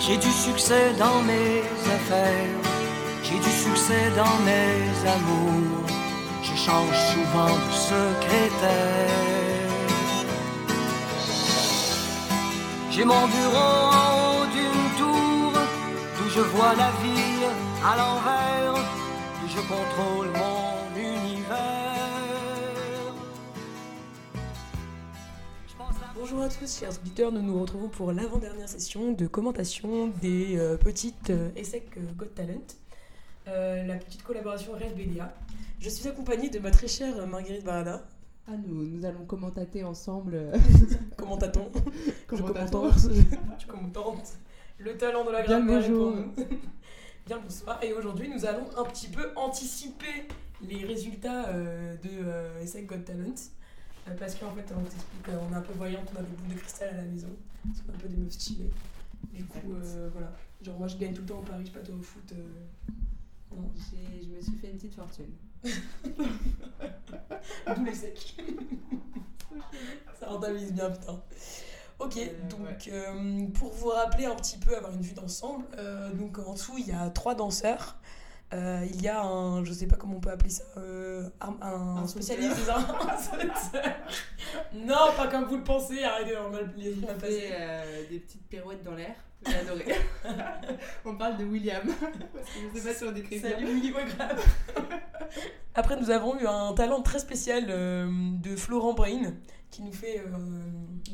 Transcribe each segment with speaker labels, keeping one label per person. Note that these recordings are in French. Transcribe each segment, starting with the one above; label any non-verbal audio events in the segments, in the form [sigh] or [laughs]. Speaker 1: J'ai du succès dans mes affaires, j'ai du succès dans mes amours. Je change souvent de secrétaire. J'ai mon bureau en haut d'une tour, d'où je vois la ville à l'envers, d'où je contrôle mon univers.
Speaker 2: Bonjour à tous, chers auditeurs, nous nous retrouvons pour l'avant-dernière session de commentation des euh, petites euh, ESSEC euh, Got Talent, euh, la petite collaboration Rêve BDA. Je suis accompagnée de ma très chère euh, Marguerite Barada.
Speaker 3: Ah, nous, nous allons commentater ensemble. euh, [laughs]
Speaker 2: Comment t'attends Je
Speaker 3: Commentatons. [laughs]
Speaker 2: commentante. Je commentante. Le talent de la
Speaker 3: Bien le
Speaker 2: grammaire est pour
Speaker 3: bonjour.
Speaker 2: nous. [laughs] Bien le bonsoir. Et aujourd'hui, nous allons un petit peu anticiper les résultats euh, de euh, ESSEC Got Talent. Euh, parce qu'en fait, on t'explique, euh, on est un peu voyante, on a des boules de cristal à la maison. Parce qu'on est un peu des meufs stylées. Du coup, euh, voilà. Genre, moi, je gagne tout le temps au Paris, je pas toi au foot. euh, non.
Speaker 3: J'ai- Je me suis fait une petite fortune.
Speaker 2: D'où les secs. Ça rentabilise bien, putain. Ok,
Speaker 3: Euh,
Speaker 2: donc
Speaker 3: ouais.
Speaker 2: euh, pour vous rappeler un petit peu, avoir une vue d'ensemble, euh, donc en dessous il y a trois danseurs. Euh, il y a un, je sais pas comment on peut appeler ça, euh, un, un
Speaker 3: Un
Speaker 2: spécialiste des arts. un sauteur. non, pas comme vous le pensez, arrêtez, on va le les
Speaker 3: Il
Speaker 2: mal
Speaker 3: fait
Speaker 2: passer.
Speaker 3: euh, des petites pirouettes dans l'air. J'ai [laughs] adoré. on parle de William. Parce que je sais pas si on décrit bien.
Speaker 2: Salut Willy Wagram. [laughs] Après, nous avons eu un talent très spécial euh, de Florent Brain qui nous fait. euh,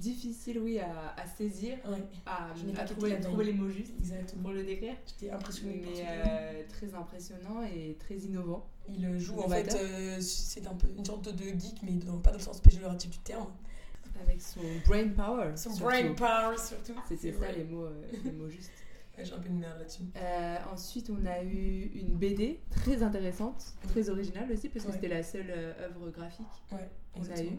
Speaker 3: Difficile, oui, à, à saisir,
Speaker 2: ouais,
Speaker 3: à,
Speaker 2: Je n'ai pas
Speaker 3: à
Speaker 2: capté
Speaker 3: trouver, à
Speaker 2: la
Speaker 3: trouver
Speaker 2: dingue.
Speaker 3: les mots justes
Speaker 2: exactement.
Speaker 3: pour le décrire.
Speaker 2: J'étais impressionnée par
Speaker 3: Mais
Speaker 2: ce talent.
Speaker 3: euh, très impressionnant et très innovant.
Speaker 2: Il euh, joue en fait,
Speaker 3: novateur.
Speaker 2: euh, c'est un peu une sorte de geek, mais dans- pas dans le sens péjoratif du terme.
Speaker 3: Avec son brain power.
Speaker 2: Son
Speaker 3: surtout.
Speaker 2: brain power surtout.
Speaker 3: C'était ça
Speaker 2: vrai.
Speaker 3: les mots, euh, les mots justes.
Speaker 2: Ouais, J'ai un peu de merde là-dessus.
Speaker 3: Euh, ensuite, on a eu une BD très intéressante, très originale aussi, parce que
Speaker 2: Ouais.
Speaker 3: c'était la seule euh, œuvre graphique
Speaker 2: Ouais,
Speaker 3: qu'on a
Speaker 2: exactement.
Speaker 3: eue.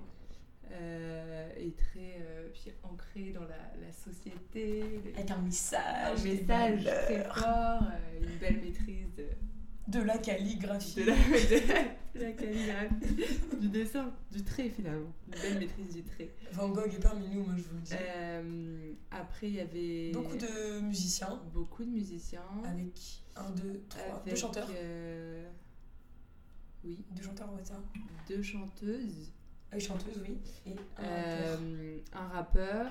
Speaker 3: Euh, et très euh, puis ancrée dans la, la société, le-
Speaker 2: Avec un
Speaker 3: un
Speaker 2: message. des
Speaker 3: message
Speaker 2: valeurs,
Speaker 3: très fort, euh, une belle maîtrise
Speaker 2: [laughs]
Speaker 3: de,
Speaker 2: De la calligraphie.
Speaker 3: de la, de la- de la calligraphie, du dessin, du trait finalement, une belle maîtrise du trait.
Speaker 2: Van Gogh est parmi nous, moi je vous le dis.
Speaker 3: Euh, après, il y avait
Speaker 2: Beaucoup de musiciens,
Speaker 3: beaucoup de musiciens,
Speaker 2: avec un, deux, trois, deux
Speaker 3: avec,
Speaker 2: chanteurs.
Speaker 3: euh, oui.
Speaker 2: Deux chanteurs, on va dire. Euh,
Speaker 3: deux chanteuses,
Speaker 2: Une chanteuse, oui. Et un rappeur.
Speaker 3: euh, un rappeur,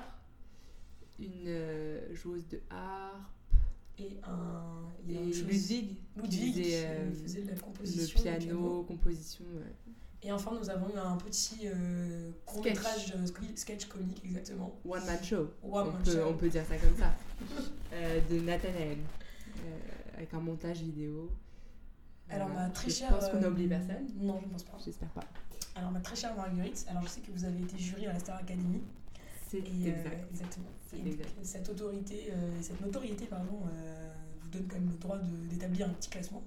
Speaker 3: une euh, joueuse de harpe
Speaker 2: Et un. Il
Speaker 3: et
Speaker 2: y a autre chose.
Speaker 3: Ludwig,
Speaker 2: Ludwig,
Speaker 3: qui
Speaker 2: qui
Speaker 3: faisait, euh,
Speaker 2: euh, faisait de la
Speaker 3: le
Speaker 2: composition.
Speaker 3: piano,
Speaker 2: du piano.
Speaker 3: composition. euh, ouais.
Speaker 2: Et enfin, nous avons eu un petit euh, court-métrage euh, squi- sketch comique, exactement.
Speaker 3: One Man Show,
Speaker 2: One
Speaker 3: on,
Speaker 2: Man
Speaker 3: peut,
Speaker 2: Show.
Speaker 3: on peut dire ça comme
Speaker 2: [laughs]
Speaker 3: ça, Euh, de Nathanael, euh, avec un montage vidéo.
Speaker 2: Alors,
Speaker 3: Voilà.
Speaker 2: ma très
Speaker 3: Je
Speaker 2: chère.
Speaker 3: pense qu'on a
Speaker 2: euh,
Speaker 3: oublié personne.
Speaker 2: Non, je ne pense pas.
Speaker 3: J'espère pas.
Speaker 2: Alors, ma très chère Marguerite, alors je sais que vous avez été jury à la Star Academy.
Speaker 3: C'est
Speaker 2: Et, euh,
Speaker 3: exact.
Speaker 2: Exactement.
Speaker 3: C'est
Speaker 2: Et donc,
Speaker 3: exact.
Speaker 2: cette autorité, euh, cette notoriété, pardon, euh, vous donne quand même le droit de- d'établir un petit classement.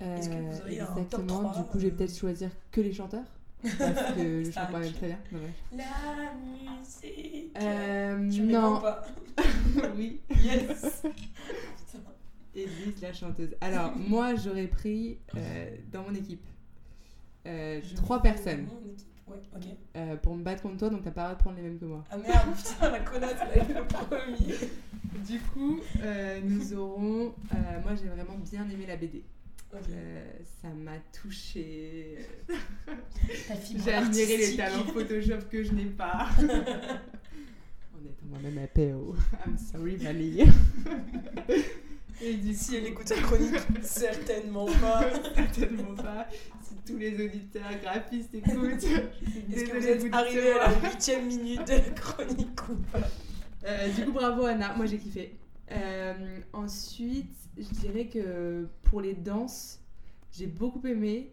Speaker 2: est-ce que vous
Speaker 3: Euh,
Speaker 2: auriez un top
Speaker 3: Exactement.
Speaker 2: 3,
Speaker 3: du coup, je vais
Speaker 2: euh,
Speaker 3: peut-être choisir que
Speaker 2: [laughs]
Speaker 3: les chanteurs parce que je
Speaker 2: Ça
Speaker 3: chante quand même
Speaker 2: arrive.
Speaker 3: très bien. Non, ouais.
Speaker 2: La musique
Speaker 3: Euh,
Speaker 2: Tu réponds
Speaker 3: non. [laughs]
Speaker 2: pas
Speaker 3: oui.
Speaker 2: Yes [laughs] Putain.
Speaker 3: Élise la chanteuse. [laughs] Alors, moi, j'aurais pris euh, dans mon équipe euh,
Speaker 2: Je
Speaker 3: trois
Speaker 2: vais
Speaker 3: personnes
Speaker 2: dans mon équipe. Ouais, ok.
Speaker 3: euh, pour me battre contre toi, donc t'as pas le droit de prendre les mêmes que moi.
Speaker 2: Ah merde, putain, la connasse, elle a eu le premier.
Speaker 3: Du coup, euh, nous aurons. euh, moi, j'ai vraiment bien aimé la BD.
Speaker 2: Ok.
Speaker 3: Euh, ça m'a [laughs] touchée.
Speaker 2: Ta fibre
Speaker 3: J'ai admiré
Speaker 2: artistique.
Speaker 3: les talents Photoshop que je n'ai pas. [laughs] en étant moi-même à PO. I'm sorry, [laughs] mamie. Et du
Speaker 2: Si
Speaker 3: coup-
Speaker 2: elle écoute cette chronique, certainement pas.
Speaker 3: Certainement pas. Si tous les auditeurs graphistes écoutent.
Speaker 2: [laughs] Est-ce que vous
Speaker 3: Désolée de
Speaker 2: êtes
Speaker 3: vous
Speaker 2: arrivé
Speaker 3: dire.
Speaker 2: à la huitième minute de la chronique ou pas
Speaker 3: Euh, du coup, bravo Anna, moi j'ai kiffé. Euh, ensuite, je dirais que pour les danses, j'ai beaucoup aimé,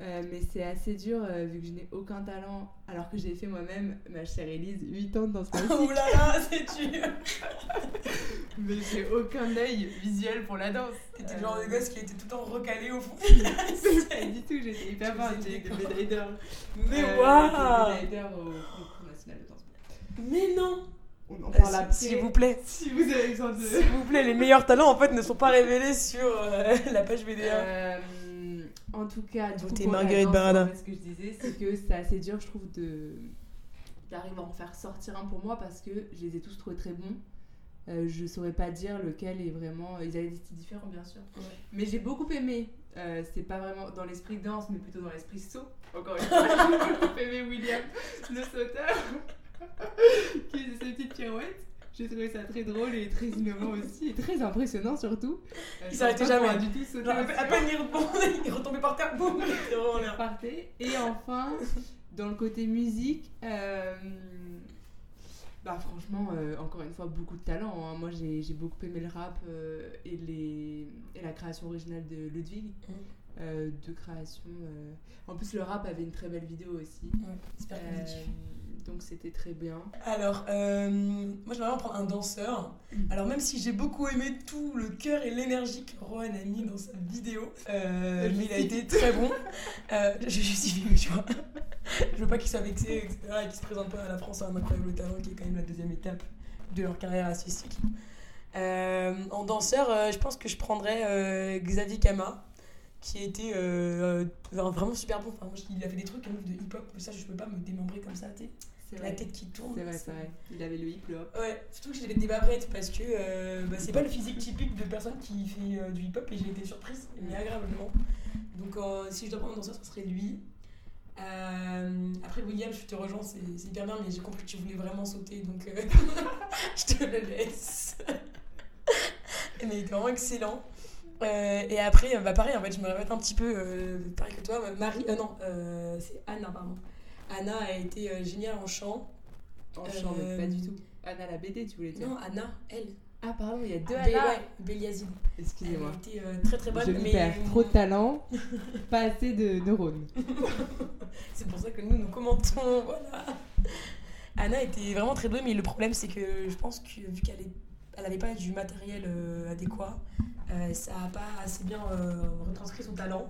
Speaker 3: euh, mais c'est assez dur euh, vu que je n'ai aucun talent, alors que j'ai fait moi-même, ma chère Elise, 8 ans de danse
Speaker 2: Oh [laughs]
Speaker 3: classique,
Speaker 2: là là, c'est dur
Speaker 3: mais j'ai aucun œil visuel pour la danse.
Speaker 2: T'étais le genre de
Speaker 3: Euh,
Speaker 2: gosse qui était tout le temps recalé [laughs] au fond.
Speaker 3: Pas du tout, j'étais hyper
Speaker 2: Je
Speaker 3: forte,
Speaker 2: sais
Speaker 3: j'ai eu des
Speaker 2: pas.
Speaker 3: médailles d'or.
Speaker 2: Mais
Speaker 3: Euh,
Speaker 2: waouh
Speaker 3: J'ai eu des médailles d'or au concours national de danse.
Speaker 2: Mais non
Speaker 3: On en
Speaker 2: Euh,
Speaker 3: parle après.
Speaker 2: S'il vous plaît,
Speaker 3: Si vous avez besoin de...
Speaker 2: s'il vous plaît, les meilleurs talents en fait ne sont pas révélés sur euh, [laughs] la page VDA.
Speaker 3: Euh, en tout cas, du
Speaker 2: Votez
Speaker 3: coup, pour la
Speaker 2: Marguerite
Speaker 3: danse,
Speaker 2: Barada.
Speaker 3: en fait, Ce que je disais, c'est que c'est assez dur, je trouve, de d'arriver à en faire sortir un pour moi parce que je les ai tous trouvés très bons.
Speaker 4: Euh, je saurais pas dire lequel est vraiment. Ils avaient des styles différents, bien sûr. Mais j'ai beaucoup aimé. euh, c'est pas vraiment dans l'esprit danse, mais plutôt dans l'esprit saut. Encore une fois, j'ai beaucoup aimé William, le sauteur, [laughs] qui faisait ses petites pirouettes. J'ai trouvé ça très drôle et très innovant aussi, et très impressionnant surtout. Euh,
Speaker 2: Il
Speaker 4: je
Speaker 2: s'arrêtait
Speaker 4: pense pas qu'on
Speaker 2: jamais.
Speaker 4: a du tout sauté
Speaker 2: Genre, à
Speaker 4: aussi
Speaker 2: pe- à
Speaker 4: haut.
Speaker 2: peine il retombait, il retombait par terre, boum, il était vraiment en l'air.
Speaker 4: Partez. Et enfin, dans le côté musique, euh, bah franchement, euh, encore une fois, beaucoup de talent. hein. Moi, j'ai j'ai beaucoup aimé le rap euh, et, les, et la création originale de Ludwig.
Speaker 2: Mhm.
Speaker 4: Euh, de création. euh. En plus, le rap avait une très belle vidéo aussi.
Speaker 2: J'espère que vous
Speaker 4: Euh,
Speaker 2: avez kiffé.
Speaker 4: donc, c'était très bien.
Speaker 2: Alors, euh, moi j'aimerais bien prendre un danseur. Alors, même si j'ai beaucoup aimé tout le cœur et l'énergie que Rohan a mis dans sa vidéo, euh,
Speaker 4: Je
Speaker 2: mais il a
Speaker 4: suis.
Speaker 2: été très bon. Euh, je justifie, mais tu vois. Je veux pas qu'il soit vexé, etc. et qu'il se présente pas à la France à un incroyable talent qui est quand même la deuxième étape de leur carrière artistique. Euh, en danseur, euh, je pense que je prendrais euh, Xavier Kama, qui était euh, euh, vraiment super bon. Enfin, moi, il a fait des trucs comme de hip-hop, ça je peux pas me démembrer comme ça, tu sais.
Speaker 4: C'est
Speaker 2: La Euh,
Speaker 4: vrai,
Speaker 2: tête qui tourne.
Speaker 4: c'est vrai, c'est vrai. Il avait le hip-hop.
Speaker 2: Ouais, surtout que j'ai des débarrettes parce que euh, bah, c'est pas le physique typique de personne qui fait euh, du hip-hop et j'ai été surprise, mais agréablement. Donc euh, si je dois prendre un danseur, ce serait lui. Euh, après William, je te rejoins, c'est c'est hyper bien, mais j'ai compris que tu voulais vraiment sauter, donc euh, [laughs] je te le laisse. [laughs] mais il était vraiment excellent. Euh, et après, euh, bah pareil, en fait, je me répète un petit peu, euh, pareil que toi, Marie, euh, non, euh, c'est Anna, pardon. Anna a été euh, géniale en chant.
Speaker 4: En
Speaker 2: Euh,
Speaker 4: chant, mais pas du tout. Anna la BD, tu voulais dire
Speaker 2: Non, Anna, elle.
Speaker 4: Ah, pardon, il y a deux
Speaker 2: Bé-
Speaker 4: Anna.
Speaker 2: ouais, Béliazine. Elle
Speaker 4: Excusez-moi.
Speaker 2: était euh, très très bonne,
Speaker 4: Je
Speaker 2: mais
Speaker 4: perds trop de talent, pas assez de neurones.
Speaker 2: euh, c'est pour ça que nous nous commentons. [laughs] Voilà. Anna était vraiment très douée, mais le problème c'est que je pense que vu qu'elle est- elle n'avait pas du matériel euh, adéquat, euh, ça n'a pas assez bien euh, retranscrit son talent.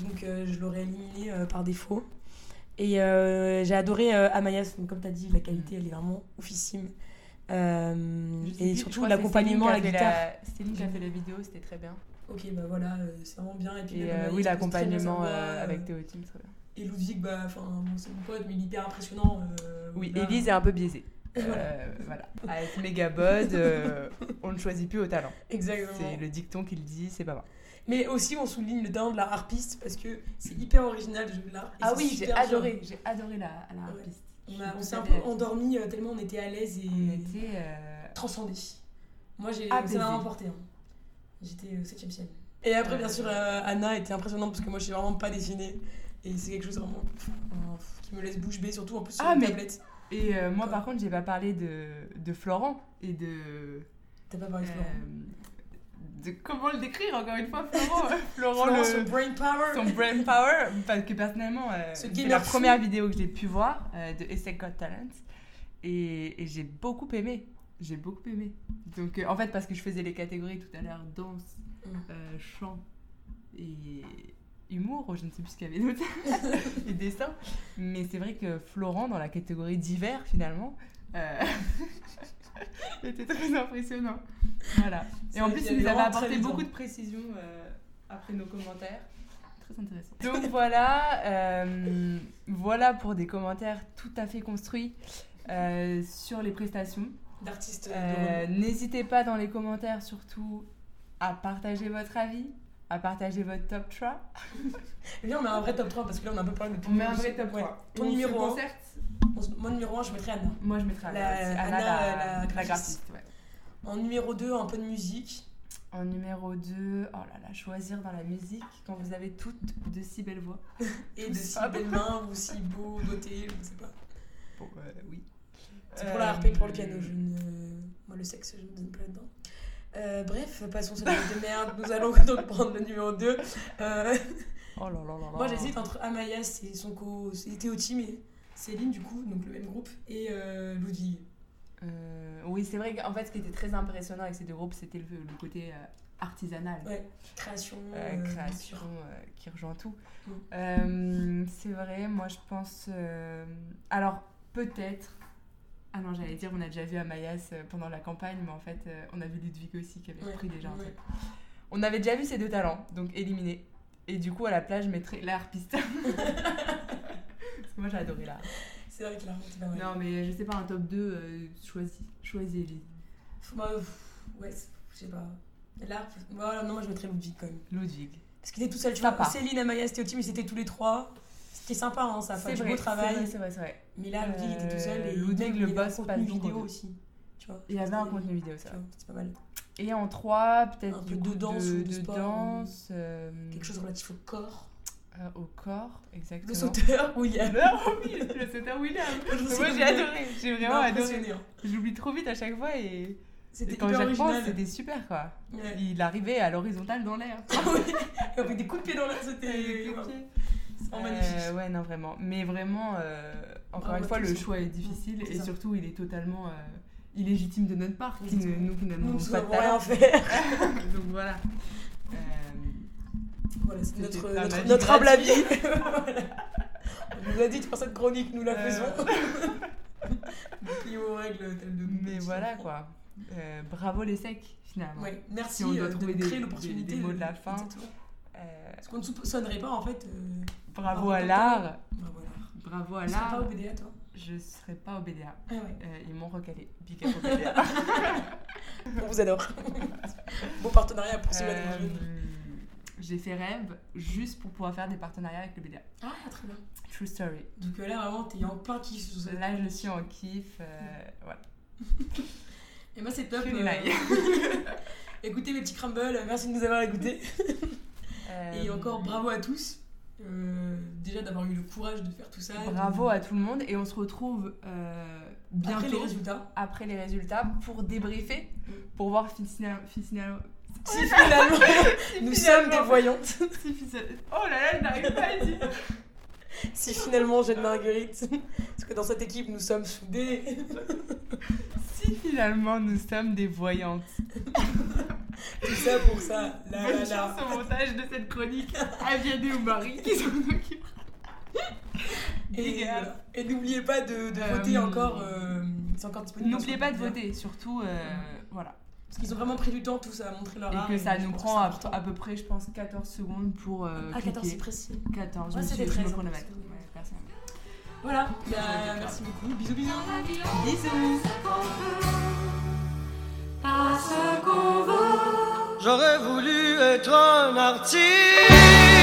Speaker 2: Donc euh, je l'aurais éliminée euh, par défaut. Et euh, j'ai adoré euh, Amaya, donc comme tu as dit, la qualité elle est vraiment oufissime. Euh, et surtout l'accompagnement à la guitare.
Speaker 4: Céline qui a fait la vidéo, c'était très bien.
Speaker 2: Ok, bah voilà, euh, c'est vraiment bien. Et, puis,
Speaker 3: Et
Speaker 2: même Amaya
Speaker 3: euh, oui,
Speaker 2: qui pose très bien sa
Speaker 3: l'accompagnement
Speaker 2: voix,
Speaker 3: euh,
Speaker 2: euh,
Speaker 3: avec Théo Team, très bien.
Speaker 2: Et Ludwig, bah, enfin, bon, c'est mon pote, mais il est hyper impressionnant. euh,
Speaker 3: Oui,
Speaker 2: là.
Speaker 3: Elise est un peu biaisée. Euh, [laughs] voilà. À être méga bod, euh, on ne choisit plus au talent.
Speaker 2: Exactement.
Speaker 3: C'est le dicton qu'il dit, c'est pas mal.
Speaker 2: Mais aussi, on souligne le talent de la harpiste parce que c'est hyper original de jouer de l'harpe. et c'est super bien.
Speaker 3: Ah j'ai adoré la, la
Speaker 2: harpiste. On, a- on s'est un peu endormi euh, tellement on était à l'aise et
Speaker 3: On était. euh,
Speaker 2: transcendé. Moi, j'ai ça
Speaker 3: Apaisé.
Speaker 2: m'a emporté. hein. J'étais au 7 ciel. Et après, bien sûr, euh, Anna était impressionnante parce que moi, je sais vraiment pas dessiner. Et c'est quelque chose vraiment euh, qui me laisse bouche bée, surtout en plus sur
Speaker 3: Ah,
Speaker 2: une
Speaker 3: mais-
Speaker 2: tablette.
Speaker 3: Et euh, moi,
Speaker 2: Quoi
Speaker 3: par contre, j'ai pas parlé de, de Florent et de.
Speaker 2: T'as pas parlé de
Speaker 3: euh,
Speaker 2: Florent.
Speaker 3: de comment le décrire encore une fois,
Speaker 2: [laughs]
Speaker 3: Florent euh, Florent,
Speaker 2: Florent,
Speaker 3: le-
Speaker 2: son brain power.
Speaker 3: son brain power parce que personnellement euh,
Speaker 2: Ce
Speaker 3: c'est
Speaker 2: gamer
Speaker 3: la
Speaker 2: fou.
Speaker 3: première vidéo que j'ai pu voir euh, de Essay Got Talent et, et j'ai beaucoup aimé j'ai beaucoup aimé donc euh, en fait parce que je faisais les catégories tout à l'heure danse
Speaker 2: Mm.
Speaker 3: euh, chant et humour je ne sais plus ce qu'il y avait d'autre et dessin mais c'est vrai que Florent dans la catégorie divers finalement euh, [laughs] était très impressionnant voilà et
Speaker 2: C'est
Speaker 3: en
Speaker 2: vrai
Speaker 3: plus
Speaker 2: qu'il
Speaker 3: il
Speaker 2: y
Speaker 3: nous
Speaker 2: avait
Speaker 3: avait
Speaker 2: vraiment
Speaker 3: apporté
Speaker 2: très
Speaker 3: beaucoup
Speaker 2: bien.
Speaker 3: de précisions euh, après nos commentaires Très intéressant.
Speaker 2: [laughs]
Speaker 3: Donc voilà, euh, voilà pour des commentaires tout à fait construits euh, sur les prestations.
Speaker 2: d'artistes de
Speaker 3: Euh,
Speaker 2: renom.
Speaker 3: N'hésitez pas dans les commentaires surtout à partager votre avis, à partager votre top 3.
Speaker 2: Eh bien, on met un vrai top 3 parce que là, on a un peu parlé de tout.
Speaker 3: On met un vrai top 3.
Speaker 2: Ouais. Ton
Speaker 3: On se
Speaker 2: numéro un.
Speaker 3: concerte.
Speaker 2: On se- Moi, numéro 1, je mettrais Anna.
Speaker 3: Moi je mettrai Anna,
Speaker 2: La-
Speaker 3: aussi. Anna,
Speaker 2: Anna,
Speaker 3: la,
Speaker 2: la
Speaker 3: la
Speaker 2: graphiste.
Speaker 3: graphiste, ouais.
Speaker 2: En numéro 2, un peu de musique.
Speaker 3: En numéro 2, oh là là, choisir dans la musique quand vous avez toutes de si belles voix.
Speaker 2: Et
Speaker 3: Tout
Speaker 2: de si
Speaker 3: ça.
Speaker 2: belles mains ou si beau, beauté, je ne sais pas.
Speaker 3: Bon, euh, oui.
Speaker 2: C'est pour
Speaker 3: Euh,
Speaker 2: la harpe et pour le piano. Je ne... Moi, le sexe, je ne me donne pas dedans. Euh, bref, passons cette vidéo de merde. Nous allons [laughs] donc prendre le numéro 2.
Speaker 3: Oh là là là là.
Speaker 2: moi, j'hésite entre Amaya, c'est son co. C'est Théoti, mais Céline, du coup, donc le même groupe, et euh, Ludwig.
Speaker 3: Euh, oui, c'est vrai qu'en fait, ce qui était très impressionnant avec ces deux groupes, c'était le, le côté euh, artisanal,
Speaker 2: Ouais. Création.
Speaker 3: euh,
Speaker 2: euh,
Speaker 3: création
Speaker 2: peinture.
Speaker 3: euh, qui rejoint tout.
Speaker 2: Mm.
Speaker 3: Euh, c'est vrai, moi je pense. euh, alors, peut-être. Ah non, j'allais dire, on a déjà vu Amayas euh, pendant la campagne, mais en fait, euh, on a vu Ludwig aussi qui avait
Speaker 2: Ouais,
Speaker 3: repris déjà un
Speaker 2: ouais.
Speaker 3: truc. On avait déjà vu ces deux talents, donc éliminés. Et du coup, à la plage, je mettrais l'harpiste. [laughs] Parce que moi, j'ai adoré l'art.
Speaker 2: C'est vrai que la honte, bah ouais.
Speaker 3: Non, mais je sais pas, un top 2, euh, choisis. Choisis, Elise.
Speaker 2: Bah, pff, ouais, c'est- je sais pas. Là, voilà, non, moi je mettrais Ludwig quand même.
Speaker 3: Ludwig.
Speaker 2: Parce qu'ils étaient tout seuls, tu
Speaker 3: Ça
Speaker 2: vois.
Speaker 3: part.
Speaker 2: Céline, Amaya, Stéotime, ils étaient tous les trois. C'était sympa, hein, ça a fait du beau travail.
Speaker 3: C'est vrai, c'est vrai.
Speaker 2: Mais là, Ludwig était tout seul.
Speaker 3: Euh,
Speaker 2: Et
Speaker 3: Ludwig,
Speaker 2: même,
Speaker 3: le
Speaker 2: il y avait un
Speaker 3: boss, pas
Speaker 2: contenu
Speaker 3: de
Speaker 2: vidéo
Speaker 3: contenu.
Speaker 2: aussi. Tu vois.
Speaker 3: Il y avait un
Speaker 2: C'était-
Speaker 3: contenu vidéo,
Speaker 2: tu
Speaker 3: c'est
Speaker 2: vois,
Speaker 3: vrai.
Speaker 2: C'était pas mal.
Speaker 3: Et en 3, peut-être
Speaker 2: Un
Speaker 3: du
Speaker 2: peu de
Speaker 3: coup,
Speaker 2: danse ou de
Speaker 3: de
Speaker 2: sport,
Speaker 3: danse, euh,
Speaker 2: Quelque chose relatif au corps.
Speaker 3: euh, au corps, exactement.
Speaker 2: Le
Speaker 3: [laughs]
Speaker 2: sauteur, [laughs] William.
Speaker 3: Non, oui, le sauteur William.
Speaker 2: Je sais
Speaker 3: Moi
Speaker 2: que
Speaker 3: j'ai
Speaker 2: William
Speaker 3: adoré, j'ai
Speaker 2: m'a
Speaker 3: vraiment adoré.
Speaker 2: impressionné, hein.
Speaker 3: J'oublie trop vite à chaque fois et
Speaker 2: C'était
Speaker 3: et quand
Speaker 2: hyper
Speaker 3: j'y repense,
Speaker 2: original.
Speaker 3: c'était super quoi.
Speaker 2: Ouais. [laughs]
Speaker 3: Il arrivait à l'horizontale dans l'air.
Speaker 2: Ah oui, avec des coups de pied dans l'air, c'était
Speaker 3: Euh,
Speaker 2: vraiment oh, magnifique.
Speaker 3: ouais, non, vraiment. Mais vraiment, euh, encore
Speaker 2: Ah,
Speaker 3: une
Speaker 2: moi,
Speaker 3: fois,
Speaker 2: tout
Speaker 3: le
Speaker 2: ça.
Speaker 3: choix est difficile
Speaker 2: C'est
Speaker 3: et
Speaker 2: ça.
Speaker 3: surtout, il est totalement euh, illégitime de notre part, qui ne,
Speaker 2: Exactement.
Speaker 3: nous qui n'avons
Speaker 2: Nous ne
Speaker 3: pas de
Speaker 2: savons rien
Speaker 3: talent. [laughs]
Speaker 2: faire.
Speaker 3: Donc voilà. Euh,
Speaker 2: Voilà, c'est
Speaker 3: C'était
Speaker 2: notre,
Speaker 3: un
Speaker 2: notre,
Speaker 3: avis
Speaker 2: notre humble avis. [laughs] Voilà. On nous a dit de faire cette chronique, nous la
Speaker 3: Euh.
Speaker 2: faisons. [laughs] Plié aux règles, telle de
Speaker 3: mais voilà quoi. Euh, bravo les secs, finalement.
Speaker 2: Ouais, merci
Speaker 3: on doit
Speaker 2: euh, de
Speaker 3: trouver des-
Speaker 2: créer
Speaker 3: des-
Speaker 2: l'opportunité.
Speaker 3: des mots de la fin.
Speaker 2: exactement.
Speaker 3: Euh,
Speaker 2: Parce qu'on ne soupçonnerait pas en fait. euh,
Speaker 3: bravo
Speaker 2: Bravo
Speaker 3: à
Speaker 2: à
Speaker 3: l'art.
Speaker 2: Bah voilà.
Speaker 3: Bravo à
Speaker 2: Tu seras pas
Speaker 3: l'art.
Speaker 2: au BDA toi
Speaker 3: Je serai pas au BDA.
Speaker 2: Ah ouais.
Speaker 3: Euh, ils m'ont recalé. Big up au BDA.
Speaker 2: [laughs] Ah, On vous [laughs] adore. Beau partenariat pour ce
Speaker 3: Euh,
Speaker 2: jeune.
Speaker 3: J'ai fait rêve juste pour pouvoir faire des partenariats avec le BDA.
Speaker 2: Ah, très bien.
Speaker 3: True story.
Speaker 2: Donc euh, là, vraiment, t'es en plein kiff sur cette-
Speaker 3: Là, je suis en kiff. euh, voilà.
Speaker 2: Et moi, c'est top.
Speaker 3: Fais les
Speaker 2: euh,
Speaker 3: likes.
Speaker 2: Écoutez mes petits crumbles, merci de nous avoir écoutés. [laughs] Et
Speaker 3: Euh,
Speaker 2: encore bravo à tous. Euh, déjà d'avoir eu le courage de faire tout ça.
Speaker 3: Bravo
Speaker 2: de-
Speaker 3: à tout le monde. Et on se retrouve euh, bientôt
Speaker 2: Après les
Speaker 3: [laughs]
Speaker 2: résultats. Mm.
Speaker 3: résultats pour débriefer, pour voir fi- fina- fi- [laughs] fina-
Speaker 2: Si finalement, nous sommes des voyantes.
Speaker 3: si fi- Oh là là, je n'arrive pas à le dire.
Speaker 2: [laughs] Si finalement, jeune Marguerite. Parce que dans cette équipe, nous sommes soudés.
Speaker 3: Si finalement nous sommes des voyantes.
Speaker 2: Tout ça pour ça. La, la,
Speaker 3: Bonne
Speaker 2: la.
Speaker 3: chance au montage de cette chronique à Vianney ou Marie qui s'en occupent.
Speaker 2: Et, euh,
Speaker 3: Dégueulasse.
Speaker 2: et n'oubliez pas de, de voter
Speaker 3: Euh,
Speaker 2: encore. euh, c'est encore disponible.
Speaker 3: N'oubliez
Speaker 2: sur
Speaker 3: pas de
Speaker 2: Twitter.
Speaker 3: voter, surtout. euh, voilà.
Speaker 2: Parce qu'ils ont vraiment pris du temps tous à montrer leur
Speaker 3: Et
Speaker 2: art,
Speaker 3: que ça
Speaker 2: Ah, je
Speaker 3: nous
Speaker 2: pense
Speaker 3: prend
Speaker 2: c'est
Speaker 3: à,
Speaker 2: important.
Speaker 3: à peu près, je pense, 14 secondes pour euh,
Speaker 2: Ah, 14 c'est
Speaker 3: cliquer.
Speaker 2: précis.
Speaker 3: 14,
Speaker 2: Ouais,
Speaker 3: je me
Speaker 2: c'était
Speaker 3: suis- je me
Speaker 2: 13,
Speaker 3: chronomètre.
Speaker 2: hein,
Speaker 3: Ouais, personne.
Speaker 2: Voilà, bah, merci beaucoup. Bisous, bisous.
Speaker 3: Bisous
Speaker 1: J'aurais voulu être un artiste.